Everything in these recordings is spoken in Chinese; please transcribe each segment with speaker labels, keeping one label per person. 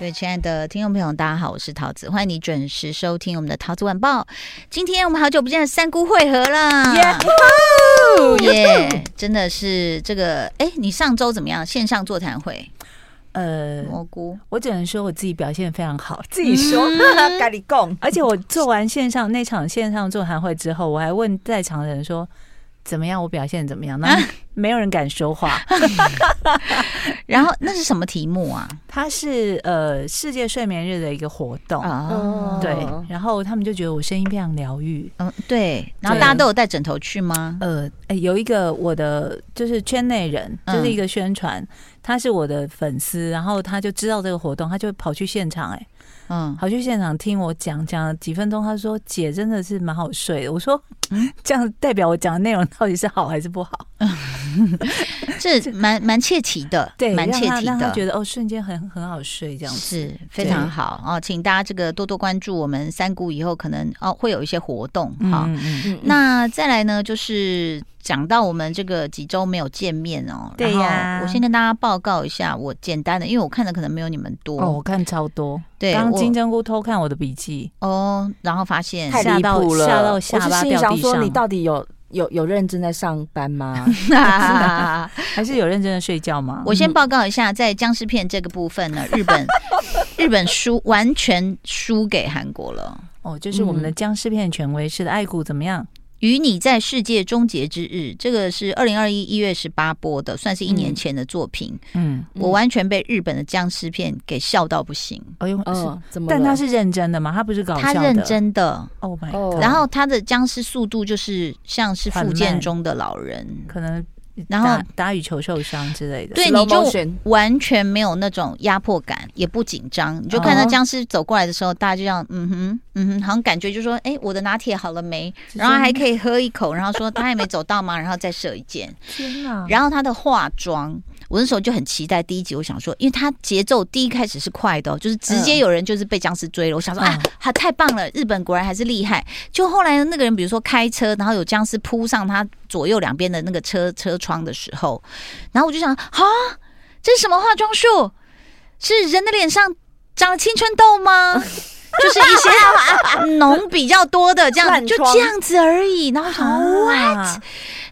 Speaker 1: 各位亲爱的听众朋友，大家好，我是桃子，欢迎你准时收听我们的桃子晚报。今天我们好久不见的三姑会合啦，耶真的是这个，哎，你上周怎么样？线上座谈会，
Speaker 2: 呃，
Speaker 1: 蘑菇，
Speaker 2: 我只能说我自己表现得非常好，自己说。
Speaker 3: 嗯咖喱贡，
Speaker 2: 而且我做完线上那场线上座谈会之后，我还问在场的人说。怎么样？我表现得怎么 样？那没有人敢说话。
Speaker 1: 然后那是什么题目啊？
Speaker 2: 它是呃世界睡眠日的一个活动，
Speaker 3: 哦
Speaker 1: 啊，
Speaker 2: 对。
Speaker 3: 嗯
Speaker 2: 然后他们就觉得我声音非常疗愈。
Speaker 1: 嗯，对，然后大家都有带枕头去吗？
Speaker 2: 呃，哎有一个我的就是圈内人，
Speaker 1: 嗯
Speaker 2: 就是一个宣传，他是我的粉丝，然后他就知道这个活动，他就跑去现场、哎，
Speaker 1: 嗯，
Speaker 2: 跑去现场听我讲，讲了几分钟，他说：“姐真的是蛮好睡的。”我说：“嗯这样代表我讲的内容到底是好还是不好
Speaker 1: 这蛮蛮切题的？”，
Speaker 2: 对，
Speaker 1: 蛮
Speaker 2: 让
Speaker 1: 切
Speaker 2: 他
Speaker 1: 题
Speaker 2: 让他
Speaker 1: 的，
Speaker 2: 觉得哦，瞬间很很好睡这样子。
Speaker 1: 是非常好哦，请大家这个多多关注我们三姑，以后可能哦会有一些活动哈。
Speaker 2: 嗯嗯嗯，
Speaker 1: 那再来呢，就是讲到我们这个几周没有见面哦，
Speaker 2: 对呀
Speaker 1: 然后我先跟大家报告一下，我简单的，因为我看的可能没有你们多
Speaker 2: 哦，我看超多。
Speaker 1: 对
Speaker 2: 刚刚
Speaker 1: 我
Speaker 2: 金针菇偷看我的笔记，
Speaker 1: 哦，然后发现
Speaker 3: 太
Speaker 2: 吓
Speaker 3: 离
Speaker 2: 到
Speaker 3: 谱了，
Speaker 2: 吓到下巴
Speaker 3: 我是心里
Speaker 2: 掉
Speaker 3: 想
Speaker 2: 地
Speaker 3: 说
Speaker 2: 上
Speaker 3: 你到底有有有认真在上班吗？嗯
Speaker 2: 还是有认真的睡觉吗？
Speaker 1: 我先报告一下，在僵尸片这个部分呢，日 本日本输完全输给韩国了。
Speaker 2: 哦，就是我们的僵尸片权威式的爱谷怎么样？
Speaker 1: 与你在世界终结之日，这个是二零二一一月十八播的，算是一年前的作品。
Speaker 2: 嗯，
Speaker 3: 嗯
Speaker 1: 我完全被日本的僵尸片给笑到不行，
Speaker 2: 哎呦，是
Speaker 3: 嗯，怎么了？
Speaker 2: 但他是认真的嘛，他不是搞哦笑
Speaker 1: 他
Speaker 2: 的。
Speaker 1: 认真的，
Speaker 2: ，Oh my，
Speaker 3: 哦
Speaker 2: God
Speaker 1: 然后他的僵尸速度就是像是
Speaker 2: 缓
Speaker 1: 附件
Speaker 2: 慢
Speaker 1: 中的老人，
Speaker 2: 可能
Speaker 1: 然后
Speaker 2: 打打羽球受伤之类的。
Speaker 1: 对
Speaker 3: Slow
Speaker 1: 你就
Speaker 3: motion
Speaker 1: 完全没有那种压迫感，也不紧张。你就看到
Speaker 2: 哦
Speaker 1: 僵尸走过来的时候，大家就这样，嗯哼，嗯哼，好像感觉就说，哎，我的拿铁好了没？
Speaker 2: 就说，
Speaker 1: 然后还可以喝一口，然后说他还没走到吗？然后再射一箭。
Speaker 2: 天哪，
Speaker 1: 然后他的化妆，我那时候就很期待第一集，我想说，因为他节奏第一开始是快的哦、就是直接有人就是被僵尸追了，我想说啊
Speaker 2: 嗯，
Speaker 1: 他太棒了，日本果然还是厉害。就后来那个人，比如说开车，然后有僵尸扑上他左右两边的那个车车窗的时候，然后我就想，啊，这是什么化妆术？是人的脸上长了青春痘吗？就是一些脓比较多的这样，
Speaker 3: 烂
Speaker 1: 就
Speaker 3: 疮
Speaker 1: 这样子而已。然后我 想，
Speaker 2: 啊
Speaker 1: 哇、
Speaker 2: what？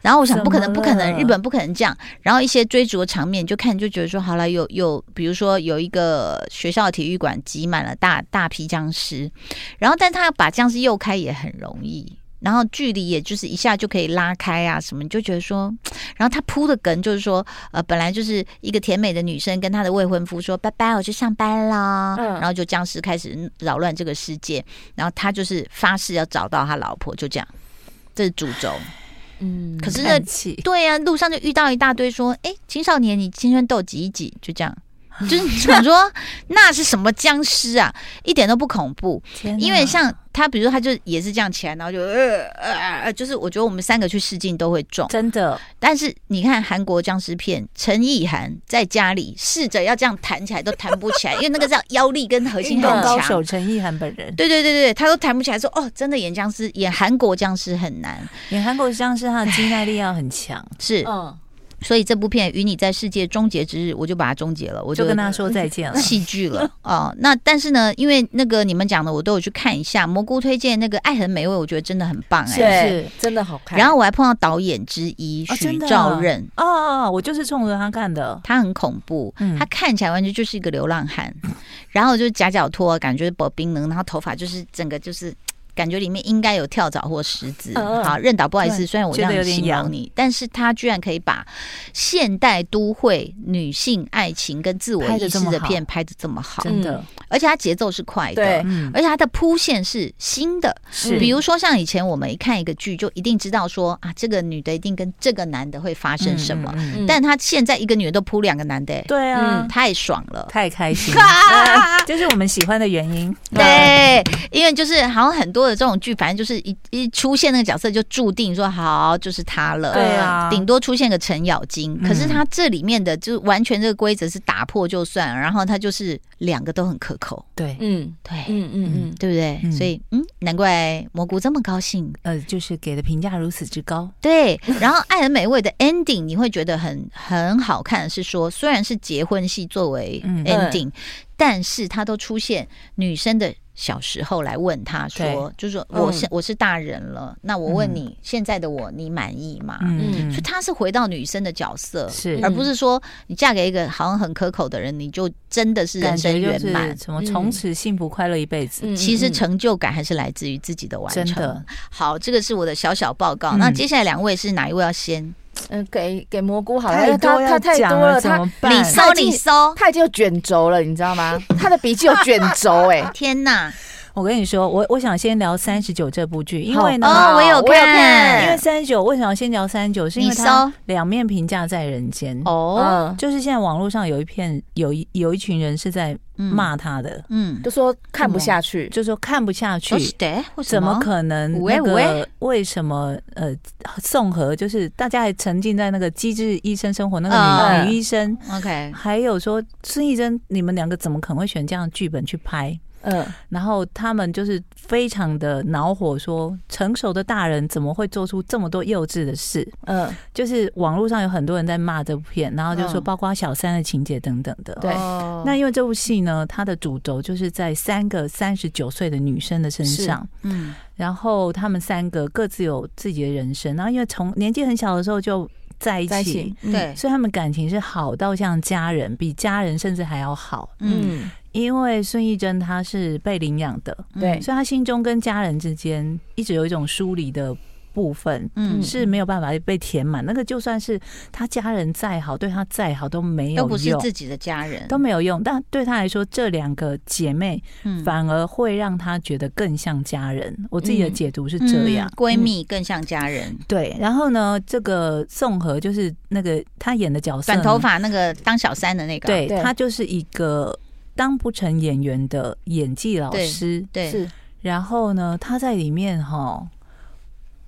Speaker 1: 然后我想，
Speaker 2: 怎
Speaker 1: 不可能，
Speaker 2: 么
Speaker 1: 不可能，
Speaker 2: 了
Speaker 1: 日本不可能这样。然后一些追逐的场面，你就看就觉得说，好了，有有，比如说有一个学校的体育馆挤满了大大批僵尸，然后但他要把僵尸诱开也很容易。然后距离也就是一下就可以拉开啊，什么你就觉得说，然后他铺的梗就是说，呃，本来就是一个甜美的女生跟她的未婚夫说拜拜，我去上班啦，
Speaker 3: 嗯
Speaker 1: 然后就僵尸开始扰乱这个世界，然后他就是发誓要找到他老婆，就这样，这是主轴。
Speaker 3: 嗯，
Speaker 1: 可是呢
Speaker 2: 叹，气。
Speaker 1: 对呀、路上就遇到一大堆说，哎、青少年你青春痘挤一挤，就这样。就是想说，那是什么僵尸啊？一点都不恐怖，
Speaker 2: 天哪
Speaker 1: 因为像他，比如说他就也是这样起来，然后就呃呃呃呃，就是我觉得我们三个去试镜都会中。
Speaker 2: 真的，
Speaker 1: 但是你看韩国僵尸片，陈意涵在家里试着要这样弹起来都弹不 起来，因为那个叫腰力跟核心
Speaker 2: 运
Speaker 1: 很
Speaker 2: 动高
Speaker 1: 强
Speaker 2: 手。陈意涵本人
Speaker 1: 对对对对，他都弹不起来，说哦，真的演僵尸，演韩国僵尸很难，
Speaker 2: 演韩国僵尸，他的肌耐力要很强，
Speaker 1: 是
Speaker 3: 嗯，
Speaker 1: 所以这部片与你在世界终结之日，我就把它终结了，我
Speaker 2: 我
Speaker 1: 就
Speaker 2: 就跟他说再 见了。
Speaker 1: 弃剧了哦。那但是呢，因为那个你们讲的我都有去看一下，蘑菇推荐那个《爱很美味》，我觉得真的很棒哎、
Speaker 3: 对，真的好看。
Speaker 1: 然后我还碰到导演之一
Speaker 2: 哦
Speaker 1: 许
Speaker 2: 真的啊
Speaker 1: 兆任，
Speaker 2: 哦哦，哦我就是冲着他看的。
Speaker 1: 他很恐怖，
Speaker 2: 嗯
Speaker 1: 他看起来完全就是一个流浪汉，然后就是夹脚拖，感觉薄冰冷，然后头发就是整个就是。感觉里面应该有跳蚤或石子，
Speaker 3: 嗯嗯
Speaker 1: 好认导不好意思，
Speaker 2: 对
Speaker 1: 虽然我这样
Speaker 2: 觉得有点
Speaker 1: 形容
Speaker 2: 痒
Speaker 1: 你，但是他居然可以把现代都会女性爱情跟自我
Speaker 2: 拍得
Speaker 1: 意
Speaker 2: 这
Speaker 1: 识
Speaker 2: 么
Speaker 1: 的
Speaker 2: 好
Speaker 1: 片拍的这么好，嗯
Speaker 2: 真的，
Speaker 1: 而且他节奏是快的，
Speaker 3: 对
Speaker 2: 嗯，
Speaker 1: 而且它的铺线是新的，
Speaker 2: 是
Speaker 1: 比如说像以前我们一看一个剧就一定知道说啊，这个女的一定跟这个男的会发生什么，
Speaker 2: 嗯嗯嗯
Speaker 3: 嗯
Speaker 1: 但他现在一个女的都铺两个男的、欸
Speaker 2: 对啊
Speaker 3: 嗯，
Speaker 1: 太爽了。
Speaker 2: 太开心了，
Speaker 1: 啊
Speaker 2: 这是我们喜欢的原因。
Speaker 1: 对，因为就是好像很多多的这种剧，反正就是一一出现那个角色就注定说好就是他了，
Speaker 2: 对啊，
Speaker 1: 顶多出现个程咬金。
Speaker 2: 嗯
Speaker 1: 可是他这里面的就是完全这个规则是打破就算，然后他就是两个都很可口，
Speaker 2: 对，
Speaker 3: 嗯
Speaker 1: 对，
Speaker 3: 嗯嗯嗯，
Speaker 1: 对不对？
Speaker 2: 嗯
Speaker 1: 所以嗯，难怪蘑菇这么高兴。
Speaker 2: 呃，就是给的评价如此之高，
Speaker 1: 对，然后《爱很美味》的 ending 你会觉得很很好看，是说虽然是结婚戏作为
Speaker 2: 嗯
Speaker 1: ending，、但是它都出现女生的小时候来问他说，就说
Speaker 3: 嗯
Speaker 1: 我是、我是大人了，那我问
Speaker 2: 嗯
Speaker 1: 你、现在的我你满意吗？
Speaker 3: 嗯
Speaker 1: 所以他是回到女生的角色，
Speaker 2: 是嗯
Speaker 1: 而不是说你嫁给一个好像很可口的人，你就真的是人
Speaker 2: 感
Speaker 1: 生
Speaker 2: 觉就
Speaker 1: 圆满
Speaker 2: 是。什嗯么从此幸福快乐一辈子，
Speaker 3: 嗯
Speaker 1: 其实
Speaker 3: 嗯
Speaker 1: 成就感还是来自于自己的完
Speaker 2: 真
Speaker 1: 成。
Speaker 2: 的，
Speaker 1: 好，这个是我的小小报告。
Speaker 2: 嗯
Speaker 1: 那接下来两位是哪一位要先？
Speaker 3: 嗯，给给蘑菇好了，
Speaker 2: 太
Speaker 3: 因为
Speaker 2: 多
Speaker 3: 他他
Speaker 2: 要
Speaker 3: 太
Speaker 2: 讲
Speaker 3: 多
Speaker 2: 了，
Speaker 3: 了，
Speaker 2: 怎
Speaker 3: 他
Speaker 2: 么
Speaker 1: 你
Speaker 2: 办？
Speaker 1: 搜，你搜。
Speaker 3: 他已经有卷轴了，你知道吗？他的鼻涕有卷轴， 哎，
Speaker 1: 天呐！
Speaker 2: 我跟你说，我我想先聊《三十九》这部剧，因为呢，
Speaker 1: 哦，我有
Speaker 3: 我有看
Speaker 2: 因
Speaker 1: 看
Speaker 2: 为，三十九为什么要先聊三十九？是因为
Speaker 1: 你
Speaker 2: 它
Speaker 1: 搜
Speaker 2: 两面评价在人间。
Speaker 1: 哦，
Speaker 3: 嗯，
Speaker 2: 就是现在网络上有一片有一有一群人是在
Speaker 1: 嗯，
Speaker 2: 骂他的，
Speaker 1: 嗯，
Speaker 3: 就说看不下去，
Speaker 2: 就说看不下去
Speaker 1: 都，是的，为什
Speaker 2: 怎么
Speaker 1: 么？
Speaker 2: 可能？
Speaker 1: 五位
Speaker 2: 那
Speaker 1: 五
Speaker 2: 个
Speaker 1: 位
Speaker 2: 为什么？呃，宋和就是大家还沉浸在那个《机智医生生活》那个
Speaker 1: 嗯
Speaker 2: 女女医生，
Speaker 1: OK，
Speaker 2: 还有说孙艺珍，你们两个怎么可能会选这样的剧本去拍？
Speaker 3: 嗯，
Speaker 2: 然后他们就是非常的恼火说，成熟的大人怎么会做出这么多幼稚的事？
Speaker 3: 嗯，
Speaker 2: 就是网络上有很多人在骂这部片，然后就说
Speaker 1: 嗯
Speaker 2: 包括小三的情节等等的。
Speaker 3: 对
Speaker 1: 哦
Speaker 2: 那因为这部戏呢，它的主轴就是在三个三十九岁的女生的身上，
Speaker 1: 嗯
Speaker 2: 然后她们三个各自有自己的人生，然后因为从年纪很小的时候就在一
Speaker 3: 在一
Speaker 2: 起
Speaker 3: 起，，
Speaker 1: 对，
Speaker 2: 所以她们感情是好到像家人，比家人甚至还要好。
Speaker 1: 嗯
Speaker 3: 嗯，
Speaker 2: 因为孙艺珍她是被领养的，
Speaker 3: 对
Speaker 2: 所以她心中跟家人之间一直有一种疏离的部分。
Speaker 1: 嗯
Speaker 2: 是没有办法被填满，那个就算是她家人再好，对她再好都没
Speaker 1: 又
Speaker 2: 有
Speaker 1: 嗯
Speaker 2: 用，
Speaker 1: 不是自己的家人，
Speaker 2: 都没有用。但对她来说，这两个姐妹
Speaker 1: 嗯
Speaker 2: 反而会让她觉得更像家人。我自己的解读是
Speaker 1: 嗯
Speaker 2: 这样。嗯
Speaker 1: 闺蜜更像家人。
Speaker 2: 对，然后呢，这个宋和就是那个她演的角色，
Speaker 1: 短头，发那个当小三的那个，
Speaker 2: 对
Speaker 3: 对
Speaker 2: 她就是一个当不成演员的演技老
Speaker 1: 对
Speaker 2: 师。
Speaker 1: 对，
Speaker 3: 是，
Speaker 2: 然后呢，她在里面哈，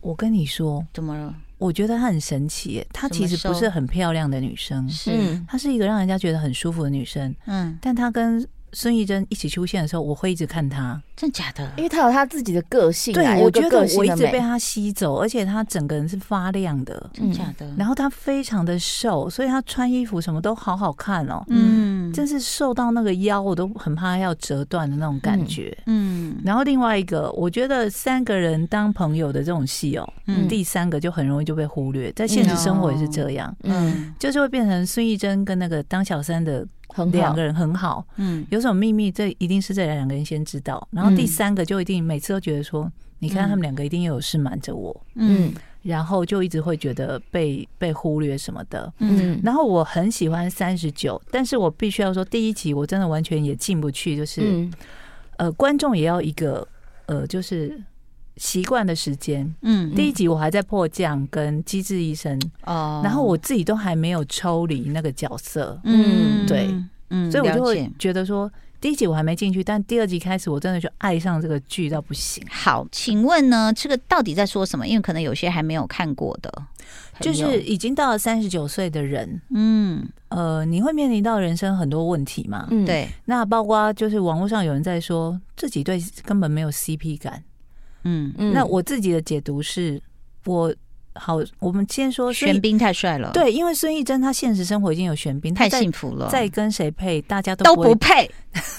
Speaker 2: 我跟你说，
Speaker 1: 怎么了？
Speaker 2: 我觉得她很神奇耶，她
Speaker 1: 怎
Speaker 2: 其
Speaker 1: 么
Speaker 2: 实不
Speaker 1: 说
Speaker 2: 是很漂亮的女生，
Speaker 1: 是
Speaker 3: 嗯，
Speaker 2: 她是一个让人家觉得很舒服的女生，
Speaker 1: 嗯，
Speaker 2: 但她跟孙艺珍一起出现的时候，我会一直看她。
Speaker 1: 真假的
Speaker 2: 嗯
Speaker 3: 因？为他有他自己的个性啊，
Speaker 2: 对，
Speaker 3: 有
Speaker 2: 我
Speaker 3: 一个
Speaker 2: 觉得
Speaker 3: 个性
Speaker 2: 我一
Speaker 3: 的
Speaker 2: 直被
Speaker 3: 美，
Speaker 2: 她吸走，而且她整个人是发亮的，
Speaker 1: 真假的？
Speaker 2: 然后她非常的瘦，所以她穿衣服什么都好好看哦，
Speaker 1: 嗯，
Speaker 2: 真是瘦到那个腰我都很怕要折断的那种感觉。
Speaker 1: 嗯
Speaker 2: 然后另外一个，我觉得三个人当朋友的这种戏哦，
Speaker 1: 嗯
Speaker 2: 第三个就很容易就被忽略，在现实生活也是这样，
Speaker 3: 嗯，
Speaker 1: 嗯
Speaker 2: 就是会变成孙艺珍跟那个当小三的
Speaker 3: 很
Speaker 2: 两
Speaker 3: 好
Speaker 2: 个，人很好，
Speaker 1: 嗯，
Speaker 2: 有什么秘密，这一定是这两个人先知道，然后第三个就一定每次都觉得说，你看他们两个一定又有事瞒着我，
Speaker 1: 嗯
Speaker 2: 然后就一直会觉得被被忽略什么的。
Speaker 1: 嗯
Speaker 3: 嗯
Speaker 2: 然后我很喜欢三十九，但是我必须要说，第一集我真的完全也进不去，就是、
Speaker 3: 嗯
Speaker 2: 呃，观众也要一个呃，就是习惯的时间。
Speaker 1: 嗯
Speaker 2: 第一集我还在迫降跟机智医生，
Speaker 1: 哦
Speaker 2: 然后我自己都还没有抽离那个角色，
Speaker 1: 嗯，
Speaker 2: 对，
Speaker 1: 嗯，
Speaker 2: 所以我就
Speaker 1: 了
Speaker 2: 会
Speaker 1: 解
Speaker 2: 觉得说，第一集我还没进去，但第二集开始我真的就爱上这个剧到不行。
Speaker 1: 好，请问呢，这个到底在说什么？因为可能有些还没有看过的朋
Speaker 2: 就
Speaker 1: 友，
Speaker 2: 是已经到了三十九岁的人，
Speaker 1: 嗯，
Speaker 2: 呃，你会面临到人生很多问题嘛？
Speaker 3: 嗯，
Speaker 1: 对，
Speaker 2: 那包括就是网络上有人在说自己对根本没有 CP 感。
Speaker 1: 嗯，
Speaker 3: 嗯，
Speaker 2: 那我自己的解读是，我好，我们先说孙
Speaker 1: 玄
Speaker 2: 艺
Speaker 1: 彬太帅了，，
Speaker 2: 哦对，因为孙艺珍她现实生活已经有玄彬，
Speaker 1: 太
Speaker 2: 她在
Speaker 1: 幸福了，
Speaker 2: 再跟谁配，大家
Speaker 1: 都
Speaker 2: 都不
Speaker 1: 不
Speaker 2: 会，
Speaker 1: 配。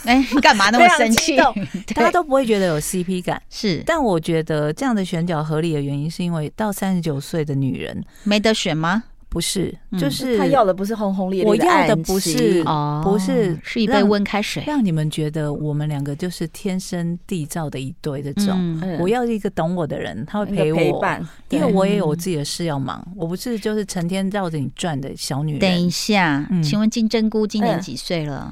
Speaker 1: 哎，干嘛那么生气？
Speaker 2: 非常大家
Speaker 1: 对，
Speaker 2: 都不会觉得有 CP 感。
Speaker 1: 是
Speaker 2: 但我觉得这样的选角合理的原因，是因为到三十九岁的女人
Speaker 1: 没得选吗？
Speaker 2: 不是，
Speaker 1: 嗯
Speaker 2: 就是
Speaker 3: 他要的不是轰轰烈烈，
Speaker 2: 我要的不是
Speaker 1: 哦
Speaker 2: 不是
Speaker 1: 是一杯
Speaker 2: 让
Speaker 1: 温开水。
Speaker 2: 让你们觉得我们两个就是天生地造的一对这种。
Speaker 1: 嗯
Speaker 2: 我要一个懂我的人，他会
Speaker 3: 那
Speaker 2: 陪
Speaker 3: 个
Speaker 2: 我，
Speaker 3: 陪伴，
Speaker 2: 因为
Speaker 1: 对
Speaker 2: 我
Speaker 4: 嗯
Speaker 2: 也有我自己的事要忙，我不是就是成天绕着你转的小女
Speaker 1: 等一
Speaker 2: 人。
Speaker 1: 下，
Speaker 2: 嗯
Speaker 1: 请问金针菇今年
Speaker 3: 嗯
Speaker 1: 几岁 了？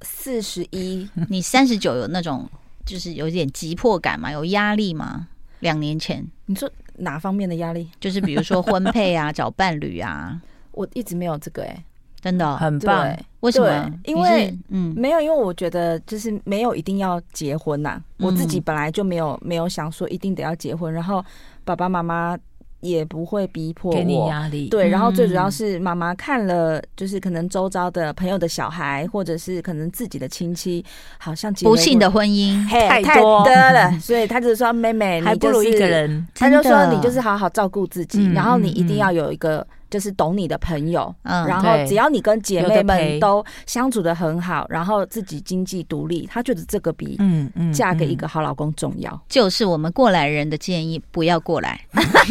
Speaker 3: 四十一，
Speaker 1: 你三十九有那种就是有点急迫感吗？有压力吗？两年前
Speaker 3: 你说哪方面的压力？
Speaker 1: 就是比如说婚配啊，找伴侣啊，
Speaker 3: 我一直没有这个哎、
Speaker 1: 真的哦、
Speaker 2: 很棒
Speaker 4: 对，，
Speaker 1: 为什么？
Speaker 4: 对因为
Speaker 1: 你是嗯
Speaker 4: 没有，因为我觉得就是没有一定要结婚呐、我自己
Speaker 1: 嗯
Speaker 4: 本来就没有没有想说一定得要结婚，然后爸爸妈妈也不会逼迫
Speaker 2: 给你
Speaker 4: 我。
Speaker 2: 压力，
Speaker 4: 对，然后最主要
Speaker 1: 嗯
Speaker 4: 是妈妈看了，就是可能周遭的朋友的小孩，或者是可能自己的亲戚，好像结了
Speaker 1: 不幸的
Speaker 4: 婚
Speaker 1: 婚姻，
Speaker 4: 嘿
Speaker 2: 太
Speaker 4: 太
Speaker 2: 多
Speaker 4: 多了，所以她只是说妹妹，
Speaker 2: 嗯还
Speaker 4: 你
Speaker 2: 不
Speaker 4: 就
Speaker 2: 如一
Speaker 4: 是
Speaker 2: 个人。
Speaker 4: 他就
Speaker 1: 真的
Speaker 4: 说你就是好好照顾自己，
Speaker 2: 嗯
Speaker 4: 然后你一定
Speaker 2: 嗯嗯
Speaker 4: 要有一个就是懂你的朋友，
Speaker 1: 嗯
Speaker 4: 然后
Speaker 2: 对
Speaker 4: 只要你跟姐妹
Speaker 2: 有得陪
Speaker 4: 们都相处的很好，然后自己经济独立，他觉得这个比
Speaker 2: 嗯嗯
Speaker 4: 嫁给一个好老公重要。
Speaker 1: 就是我们过来人的建议，不要过来。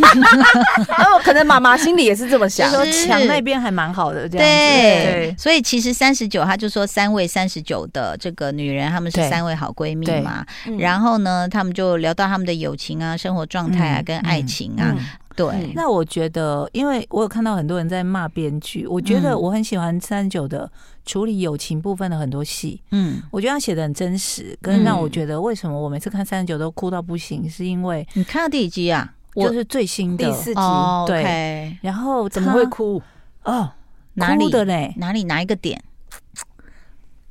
Speaker 4: 哦，可能妈妈心里也是这么想
Speaker 1: 就。
Speaker 2: 说
Speaker 1: 是
Speaker 2: 墙那边还蛮好的，这样子
Speaker 1: 对，所以其实三十九，他就说三位三十九的这个女人，她们是
Speaker 2: 对
Speaker 1: 三位好闺蜜
Speaker 2: 对
Speaker 1: 嘛。
Speaker 4: 嗯
Speaker 1: 然后呢，她们就聊到她们的友情啊、生活状态啊、
Speaker 2: 嗯
Speaker 1: 跟爱情啊。
Speaker 4: 嗯
Speaker 1: 对，
Speaker 2: 那我觉得，因为我有看到很多人在骂编剧，我觉得
Speaker 1: 嗯
Speaker 2: 我很喜欢三九的处理友情部分的很多戏，
Speaker 1: 嗯，
Speaker 2: 我觉得他写的很真实，跟让
Speaker 4: 嗯
Speaker 2: 我觉得为什么我每次看三十九都哭到不行，是因为
Speaker 1: 你看到第几集啊？我
Speaker 2: 就是最新的
Speaker 4: 第，四集、
Speaker 1: 哦
Speaker 2: 对
Speaker 1: ，OK，
Speaker 2: 然后
Speaker 4: 怎么 会
Speaker 2: 他
Speaker 4: 哭？
Speaker 2: 哦？
Speaker 1: 哪
Speaker 2: 哭
Speaker 1: 里
Speaker 2: 的嘞？
Speaker 1: 哪里哪一个点？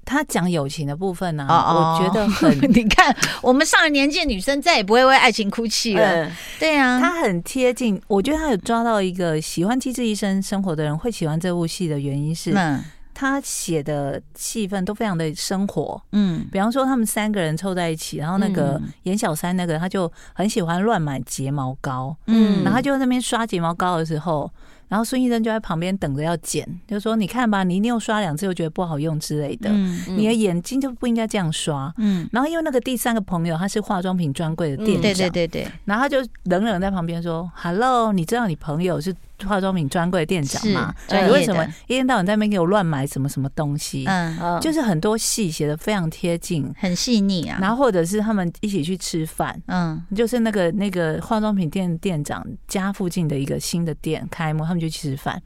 Speaker 2: 他讲友情的部分
Speaker 4: 嗯
Speaker 2: 呢、
Speaker 1: 哦哦
Speaker 2: 我觉得很，
Speaker 1: 你看，我们上了年纪的女生再也不会为爱情哭泣了。
Speaker 4: 嗯
Speaker 1: 对啊，
Speaker 2: 他很贴近。我觉得他有抓到一个喜欢《机智医生生活》的人会喜欢这部戏的原因是，
Speaker 1: 嗯
Speaker 2: 他写的气氛都非常的生活。
Speaker 1: 嗯，
Speaker 2: 比方说，他们三个人凑在一起，然后那个
Speaker 1: 嗯
Speaker 2: 严小三那个，他就很喜欢乱买睫毛膏，
Speaker 1: 嗯
Speaker 2: 然后他就在那边刷睫毛膏的时候，然后孙艺珍就在旁边等着要剪，就说：“你看吧，你一定又刷两次，又觉得不好用之类的，
Speaker 1: 嗯
Speaker 2: 你的眼睛就不应该这样刷。”
Speaker 1: 嗯，
Speaker 2: 然后因为那个第三个朋友他是化妆品专柜的
Speaker 4: 嗯
Speaker 2: 店长，
Speaker 1: 对对对对，
Speaker 2: 然后他就冷冷在旁边说：“Hello，你知道你朋友是化妆品专柜店长
Speaker 1: 是
Speaker 2: 吗？
Speaker 1: 专
Speaker 2: 你
Speaker 1: 业
Speaker 2: 为什么
Speaker 1: 的
Speaker 2: 一天到晚在那边给我乱买什么什么东西？”
Speaker 1: 嗯，
Speaker 4: 嗯
Speaker 2: 就是很多戏写的非常贴近，
Speaker 1: 很细腻啊。
Speaker 2: 然后或者是他们一起去吃饭。
Speaker 1: 嗯
Speaker 2: 就是那个那个化妆品店店长家附近的一个新的店开幕，他们就去吃饭，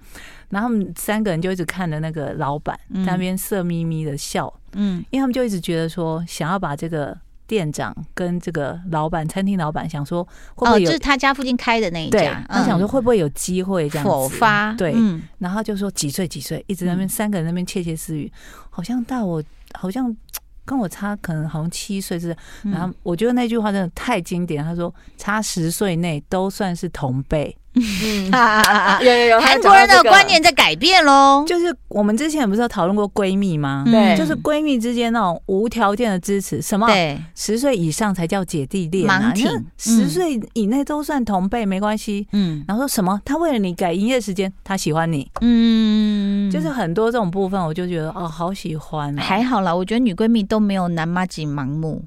Speaker 2: 然后他们三个人就一直看着那个老板
Speaker 1: 嗯
Speaker 2: 在那边色眯眯的笑，
Speaker 1: 嗯
Speaker 2: 因为他们就一直觉得说，想要把这个店长跟这个老板、餐厅老板想说会不
Speaker 1: 哦，
Speaker 2: 会
Speaker 1: 就
Speaker 2: 有、
Speaker 1: 是他家附近开的那一
Speaker 2: 对
Speaker 1: 家，，
Speaker 2: 他
Speaker 1: 嗯
Speaker 2: 想说会不会有机会这样子
Speaker 1: 否发，
Speaker 2: 对，
Speaker 1: 嗯
Speaker 2: 然后他就说几岁几岁，一直在那边、
Speaker 1: 嗯
Speaker 2: 三个人在那边窃窃私语，好像大我好像。跟我差可能好像七岁是，
Speaker 1: 嗯
Speaker 2: 然后我觉得那句话真的太经典。他说差十岁内都算是同辈，
Speaker 4: 嗯
Speaker 1: 啊啊啊啊
Speaker 4: 有有有，
Speaker 1: 韩
Speaker 4: 他
Speaker 1: 国人
Speaker 4: 讲
Speaker 1: 的
Speaker 4: 到这个
Speaker 1: 观念在改变喽。
Speaker 2: 就是我们之前不是有讨论过闺蜜吗？
Speaker 1: 嗯
Speaker 4: 对
Speaker 2: 就是闺蜜之间那种无条件的支持，什么
Speaker 1: 对，
Speaker 2: 十岁以上才叫姐弟恋、啊，
Speaker 1: 盲挺
Speaker 2: 十
Speaker 1: 嗯
Speaker 2: 岁以内都算同辈，没关系。
Speaker 1: 嗯
Speaker 2: 然后说什么？他为了你改营业时间，他喜欢你，
Speaker 1: 嗯，
Speaker 2: 就是很多这种部分，我就觉得哦，好喜欢、啊。
Speaker 1: 还好啦，我觉得女闺蜜都没有男妈吉盲 目。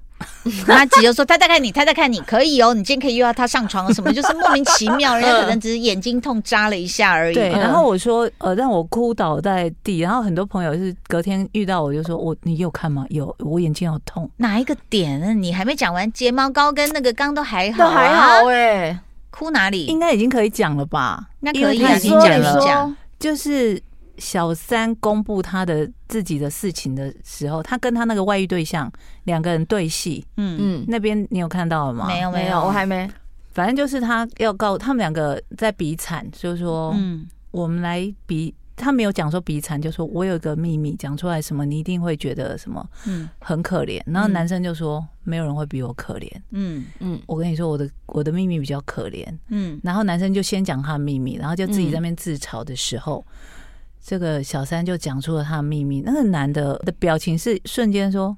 Speaker 1: 妈吉就说她在看你，她在看你，可以哦，你今天可以约到她上床什么，就是莫名其妙，人家可能只是眼睛痛扎了一下而已。
Speaker 2: 对，
Speaker 1: 嗯
Speaker 2: 然后我说，呃，让我哭倒在地，然后很多朋友是隔天遇到我就说，我你有看吗？有，我眼睛好痛。
Speaker 1: 哪一个点呢？你还没讲完，睫毛膏跟那个刚都还好、
Speaker 4: 都
Speaker 1: 啊，
Speaker 4: 还好哎、
Speaker 1: 哭哪里
Speaker 2: 应？该已经可以讲了吧？
Speaker 1: 那
Speaker 2: 因为
Speaker 1: 可以啊
Speaker 2: 他已
Speaker 4: 你
Speaker 2: 经
Speaker 4: 说
Speaker 2: 讲
Speaker 4: 你
Speaker 2: 了，
Speaker 4: 说
Speaker 1: 讲，
Speaker 2: 就是小三公布他的自己的事情的时候，他跟他那个外遇对象两个人对戏，
Speaker 1: 嗯，
Speaker 4: 嗯，
Speaker 2: 那边你有看到了吗？
Speaker 1: 没有
Speaker 4: 没有，
Speaker 1: 有，
Speaker 4: 我还没，
Speaker 2: 反正就是他要告他们两个在比惨，就是说、
Speaker 1: 嗯
Speaker 2: 我们来比，他没有讲说比惨，就说我有一个秘密，讲出来什么你一定会觉得什么
Speaker 1: 嗯
Speaker 2: 很可怜。然后男生就说、没有人会比我可怜，
Speaker 1: 嗯
Speaker 4: 嗯
Speaker 2: 我跟你说我的我的秘密比较可怜。
Speaker 1: 嗯，
Speaker 2: 然后男生就先讲他的秘密，然后就自己在那边自嘲的时候。这个小三就讲出了他的秘密，那个男的的表情是瞬间说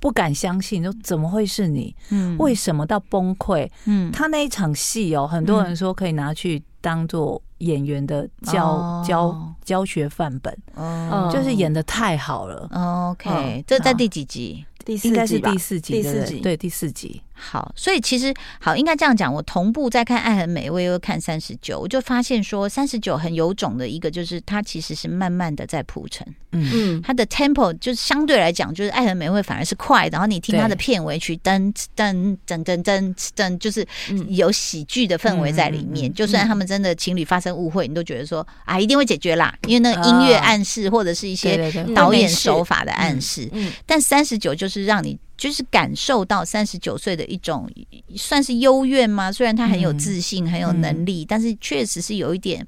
Speaker 2: 不敢相信，说怎么会是你？
Speaker 1: 嗯
Speaker 2: 为什么到崩溃？
Speaker 1: 嗯
Speaker 2: 他那一场戏哦，很
Speaker 4: 嗯
Speaker 2: 多人说可以拿去当做演员的教、
Speaker 1: 哦
Speaker 2: 教教学范本，
Speaker 1: 哦
Speaker 4: 嗯
Speaker 2: 就是演的太好了。
Speaker 1: OK，
Speaker 2: 嗯
Speaker 1: 这在
Speaker 2: 好
Speaker 1: 第几集？
Speaker 4: 第四
Speaker 2: 应该
Speaker 4: 集
Speaker 2: 是
Speaker 4: 吧
Speaker 2: 第四集，
Speaker 4: 第
Speaker 2: 对
Speaker 4: 四
Speaker 2: 不对
Speaker 4: 集
Speaker 2: 对第四集，
Speaker 1: 好，所以其实好，应该这样讲，我同步在看《爱很美味》，又看三十九，我就发现说三十九很有种的一个，就是它其实是慢慢的在铺陈，
Speaker 2: 嗯，
Speaker 4: 嗯
Speaker 1: 它的 tempo 就是相对来讲，就是《爱很美味》反而是快，然后你听它的
Speaker 2: 对
Speaker 1: 片尾曲噔噔噔噔噔噔，就是
Speaker 4: 嗯
Speaker 1: 有喜剧的氛围在里面。
Speaker 2: 嗯嗯嗯
Speaker 1: 就算他们真的情侣发生误会，你都觉得说啊，一定会解决啦，因为那个音乐
Speaker 2: 啊
Speaker 1: 暗示或者是一
Speaker 2: 对
Speaker 1: 些
Speaker 2: 对对，
Speaker 1: 导
Speaker 2: 会没
Speaker 1: 演
Speaker 2: 事
Speaker 1: 手法的暗示。
Speaker 4: 嗯
Speaker 1: 但三十九就是让你就是感受到三十九岁的一种算是优越吗？虽然他很有自信、很有能力，但是确实是有一点。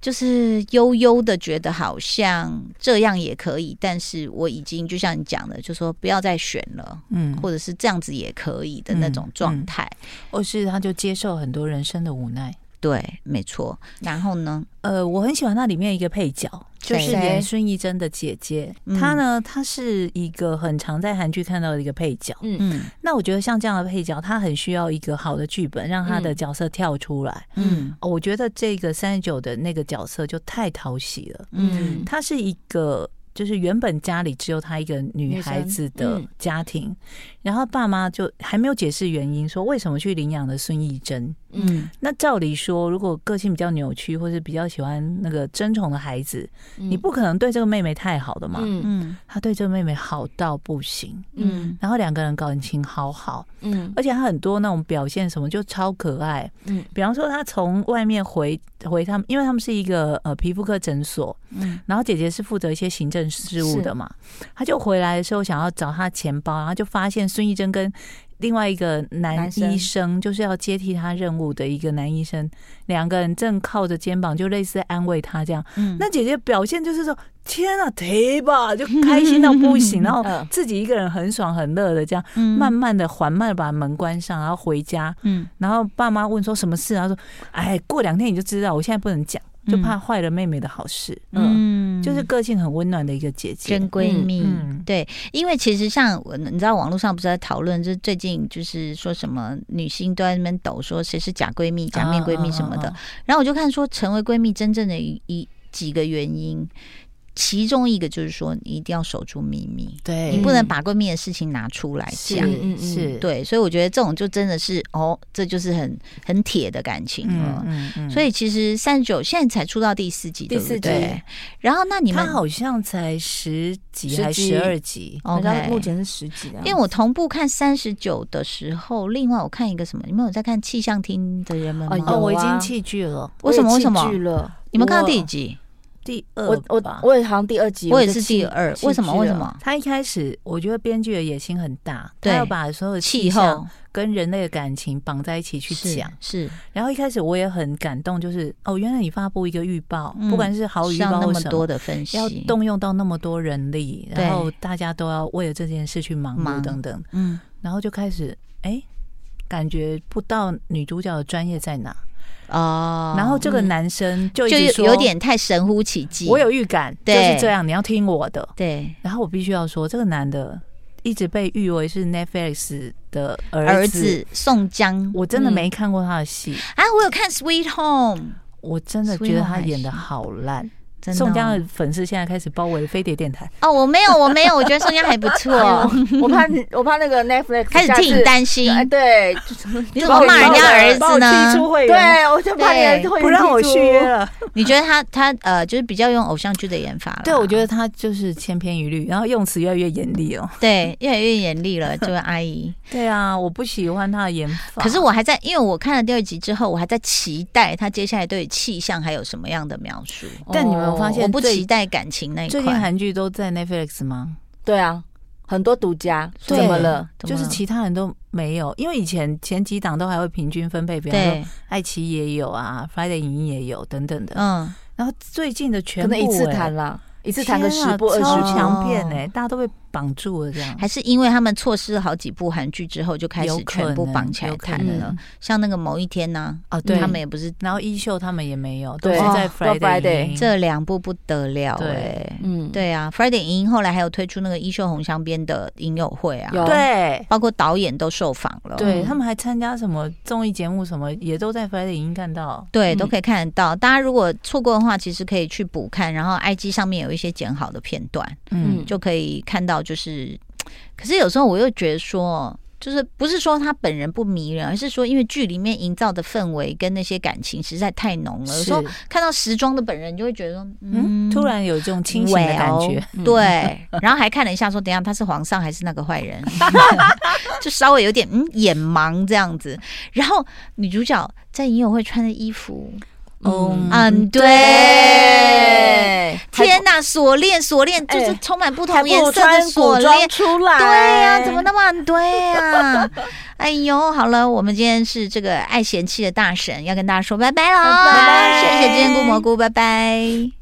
Speaker 1: 就是悠悠的觉得好像这样也可以，但是我已经就像你讲的，就说不要再选了，
Speaker 2: 嗯，
Speaker 1: 或者是这样子也可以的那种状态。
Speaker 2: 或是他就接受很多人生的无奈。
Speaker 1: 对，没错。然后呢？
Speaker 2: 呃，我很喜欢那里面一个配角，就是
Speaker 3: 谁
Speaker 2: 演孙艺珍的姐姐。
Speaker 1: 嗯
Speaker 2: 她呢，她是一个很常在韩剧看到的一个配角。
Speaker 1: 嗯
Speaker 2: 那我觉得像这样的配角，她很需要一个好的剧本，让她的角色跳出来。
Speaker 1: 嗯
Speaker 2: 哦我觉得这个三十九的那个角色就太讨喜了。
Speaker 1: 嗯
Speaker 2: 她是一个，就是原本家里只有她一个女孩子的
Speaker 3: 女生嗯
Speaker 2: 家庭，然后爸妈就还没有解释原因，说为什么去领养了孙艺珍。
Speaker 1: 嗯
Speaker 2: 那照理说，如果个性比较扭曲，或是比较喜欢那个争宠的孩子，你
Speaker 3: 你
Speaker 2: 不可能对这个妹妹太好的嘛。
Speaker 3: 嗯
Speaker 1: 嗯
Speaker 2: 她对这个妹妹好到不行，
Speaker 3: 嗯
Speaker 2: 然后两个人感情好好，
Speaker 3: 嗯
Speaker 2: 而且她很多那种表现什么就超可爱。
Speaker 3: 嗯
Speaker 2: 比方说，她从外面回回他们，因为他们是一个呃皮肤科诊所，
Speaker 1: 嗯
Speaker 2: 然后姐姐是负责一些行政事务的嘛，她就回来的时候想要找她钱包，然后就发现孙艺珍跟另外一个男
Speaker 3: 男生
Speaker 2: 医生，就是要接替她任务的一个男医生，两个人正靠着肩膀，就类似安慰她这样。
Speaker 1: 嗯
Speaker 2: 那姐姐表现就是说，天啊，忒吧，就开心到不行，然后
Speaker 3: 嗯
Speaker 2: 自己一个人很爽很乐的这样，
Speaker 1: 那
Speaker 2: 慢慢的缓慢的把门关上，然后回家，
Speaker 1: 嗯
Speaker 2: 然后爸妈问说什么事，然后说，哎，过两天你就知道，我现在不能讲，就怕坏了妹妹的好事。
Speaker 1: 嗯
Speaker 2: 就是个性很温暖的一个姐姐。
Speaker 1: 真闺蜜。
Speaker 2: 嗯，
Speaker 1: 对，因为其实像我你知道，网络上不是在讨论，就是最近就是说什么女星都在那边抖说谁是假闺蜜、假面闺蜜什么的。
Speaker 2: 啊，啊啊
Speaker 1: 然后我就看说，成为闺蜜真正的一一几个原因，其中一个就是说，你一定要守住秘密，
Speaker 2: 对，
Speaker 1: 你不能把闺蜜的事情拿出来
Speaker 2: 是
Speaker 1: 讲。
Speaker 3: 嗯嗯
Speaker 2: 是，
Speaker 1: 对，所以我觉得这种就真的是哦，这就是很很铁的感情了。
Speaker 2: 嗯嗯
Speaker 1: 哦所以其实三十九现在才出到第四集，
Speaker 3: 第四
Speaker 1: 对不对。然后那你
Speaker 2: 她
Speaker 1: 们
Speaker 2: 好像才十几
Speaker 3: 十
Speaker 2: 还
Speaker 3: 几
Speaker 2: 十二集，
Speaker 1: OK，
Speaker 4: 好像目前是十几啊，
Speaker 1: 因为我同步看三十九的时候，另外我看一个什么，你们有在看气象厅的人们吗？
Speaker 3: 哦
Speaker 2: 哦，
Speaker 3: 有
Speaker 2: 我已经
Speaker 3: 啊
Speaker 2: 弃剧了，
Speaker 1: 为什么？为
Speaker 3: 我也弃
Speaker 1: 什么
Speaker 3: 剧？了？
Speaker 1: 你们看到
Speaker 2: 我
Speaker 1: 第几集？
Speaker 2: 第二
Speaker 3: 我我
Speaker 2: 吧
Speaker 3: 我也好像第二集，
Speaker 1: 我也
Speaker 3: 就是弃
Speaker 1: 第二。
Speaker 3: 弃
Speaker 1: 为什么？
Speaker 3: 剧
Speaker 1: 为什
Speaker 3: 了
Speaker 1: 么？
Speaker 2: 他一开始，我觉得编剧的野心很大，他
Speaker 1: 对
Speaker 2: 要把所有的
Speaker 1: 气
Speaker 2: 象
Speaker 1: 候
Speaker 2: 跟人类的感情绑在一起去讲。
Speaker 1: 是
Speaker 2: 然后一开始我也很感动，就是哦，原来你发布一个预报，
Speaker 1: 嗯
Speaker 2: 不管是好
Speaker 1: 是
Speaker 2: 雨预
Speaker 1: 要
Speaker 2: 报
Speaker 1: 那
Speaker 2: 或
Speaker 1: 么
Speaker 2: 什
Speaker 1: 多
Speaker 2: 么，
Speaker 1: 的分析，
Speaker 2: 要动用到那么多人力，
Speaker 1: 对
Speaker 2: 然后大家都要为了这件事去忙碌
Speaker 1: 忙
Speaker 2: 等等，
Speaker 1: 嗯
Speaker 2: 然后就开始哎、感觉不到女主角的专业在哪。
Speaker 1: 哦，
Speaker 2: 然后这个男生嗯就一
Speaker 1: 就
Speaker 2: 直
Speaker 1: 有
Speaker 2: 说
Speaker 1: 有点太神乎其技。
Speaker 2: 我有预感就
Speaker 1: 对
Speaker 2: 是这样，你要听我的。
Speaker 1: 对
Speaker 2: 然后我必须要说，这个男的一直被誉为是 Netflix 的儿
Speaker 1: 儿子宋江
Speaker 2: 我真的
Speaker 3: 嗯
Speaker 2: 没看过他的戏，
Speaker 1: 啊，我有看《Sweet Home
Speaker 2: 我真的觉得他演的好烂。》，
Speaker 1: 真的
Speaker 2: 宋江
Speaker 1: 哦
Speaker 2: 的粉丝现在开始包围飞碟电 台，
Speaker 1: 哦，我没有，我没有，我觉得宋江还不 错，
Speaker 3: 我怕我怕那个 Netflix
Speaker 1: 开始
Speaker 3: 下
Speaker 1: 替
Speaker 3: 次
Speaker 1: 你担心，
Speaker 3: 哎，对，
Speaker 1: 你怎么骂人家儿
Speaker 2: 把
Speaker 1: 子
Speaker 2: 我踢
Speaker 1: 呢？
Speaker 2: 出会员，
Speaker 3: 对，我就怕你
Speaker 1: 对
Speaker 3: 会
Speaker 2: 不让我
Speaker 3: 记
Speaker 2: 续
Speaker 3: 住
Speaker 2: 约。了。
Speaker 1: 你觉得他他呃，就是比较用偶像剧的演法啦
Speaker 2: 对，我觉得他就是千篇一律，然后用词越来越严厉哦。
Speaker 1: 对越来越严厉了，这位阿姨。
Speaker 2: 对啊，我不喜欢他的演法。
Speaker 1: 可是我还在，因为我看了第二集之后，我还在期待他接下来对气象还有什么样的描述。
Speaker 2: 但你有没有发现
Speaker 1: 我不
Speaker 2: 最
Speaker 1: 期待感情那一
Speaker 2: 最近
Speaker 1: 块。
Speaker 2: 韩剧都在 Netflix 吗？
Speaker 3: 对啊，很多独家，
Speaker 1: 对
Speaker 3: 怎么了？
Speaker 1: 怎么
Speaker 2: 就
Speaker 1: 了
Speaker 2: 是其他人都没有，因为以前前几档都还会平均分配，比方说
Speaker 1: 对，
Speaker 2: 爱奇艺也有啊，Friday 影音也有等等的。
Speaker 1: 嗯，
Speaker 2: 然后最近的
Speaker 3: 可
Speaker 2: 全部
Speaker 3: 能一次
Speaker 1: 哎
Speaker 2: 欸
Speaker 3: 谈啦，一次谈个
Speaker 2: 天啊
Speaker 3: 十部二
Speaker 2: 超
Speaker 3: 十部。
Speaker 2: 强片哎，大家都被绑住了这样。
Speaker 1: 还是因为他们错失了好几部韩剧之后，就开始
Speaker 2: 有可能
Speaker 1: 全部绑起来谈
Speaker 2: 有可
Speaker 1: 了
Speaker 3: 嗯
Speaker 2: 能。
Speaker 1: 像那个某一天呢，
Speaker 2: 哦对
Speaker 1: 他们也不是
Speaker 2: 然后衣袖他们也没有，都
Speaker 3: 对
Speaker 2: 是在
Speaker 3: 哦都 Friday，
Speaker 2: Friday
Speaker 1: 这两部不得了
Speaker 2: 对
Speaker 1: 哎。
Speaker 3: 嗯，
Speaker 1: 对啊，Friday 影音后来还有推出那个衣袖红香边的影友会啊，
Speaker 3: 有
Speaker 2: 对。
Speaker 1: 包括导演都受访了。
Speaker 2: 对他们还参加什么综艺节目，什么也都在 Friday 影音看到。
Speaker 1: 对，
Speaker 3: 嗯
Speaker 1: 都可以看得到。大家如果错过的话，其实可以去补看，然后 IG 上面有一些剪好的片段，
Speaker 2: 嗯
Speaker 3: 嗯，
Speaker 1: 就可以看到。就是，可是有时候我又觉得说，就是不是说他本人不迷人，而是说因为剧里面营造的氛围跟那些感情实在太浓了。有时候看到时装的本人，就会觉得说，嗯，
Speaker 2: 嗯，突然有这种清醒的感觉。嗯
Speaker 1: Well，对，然后还看了一下，说等一下他是皇上还是那个坏人， 就稍微有点嗯眼盲这样子。然后女主角在影友会穿的衣服，
Speaker 4: 嗯
Speaker 1: 嗯，
Speaker 3: 哎
Speaker 1: 对。
Speaker 3: 对，
Speaker 1: 天呐，锁链，锁链就是
Speaker 4: 哎
Speaker 1: 充满不
Speaker 4: 还
Speaker 1: 同
Speaker 4: 不
Speaker 1: 颜
Speaker 4: 如
Speaker 1: 色的
Speaker 4: 穿
Speaker 1: 锁
Speaker 4: 古装。
Speaker 1: 链
Speaker 4: 出来。
Speaker 1: 对呀、怎么那么对呀、 哎呦，好了，我们今天是这个爱嫌弃的大神，要跟大家说拜拜喽，
Speaker 4: 拜拜
Speaker 1: 谢谢今天顾蘑菇，拜拜。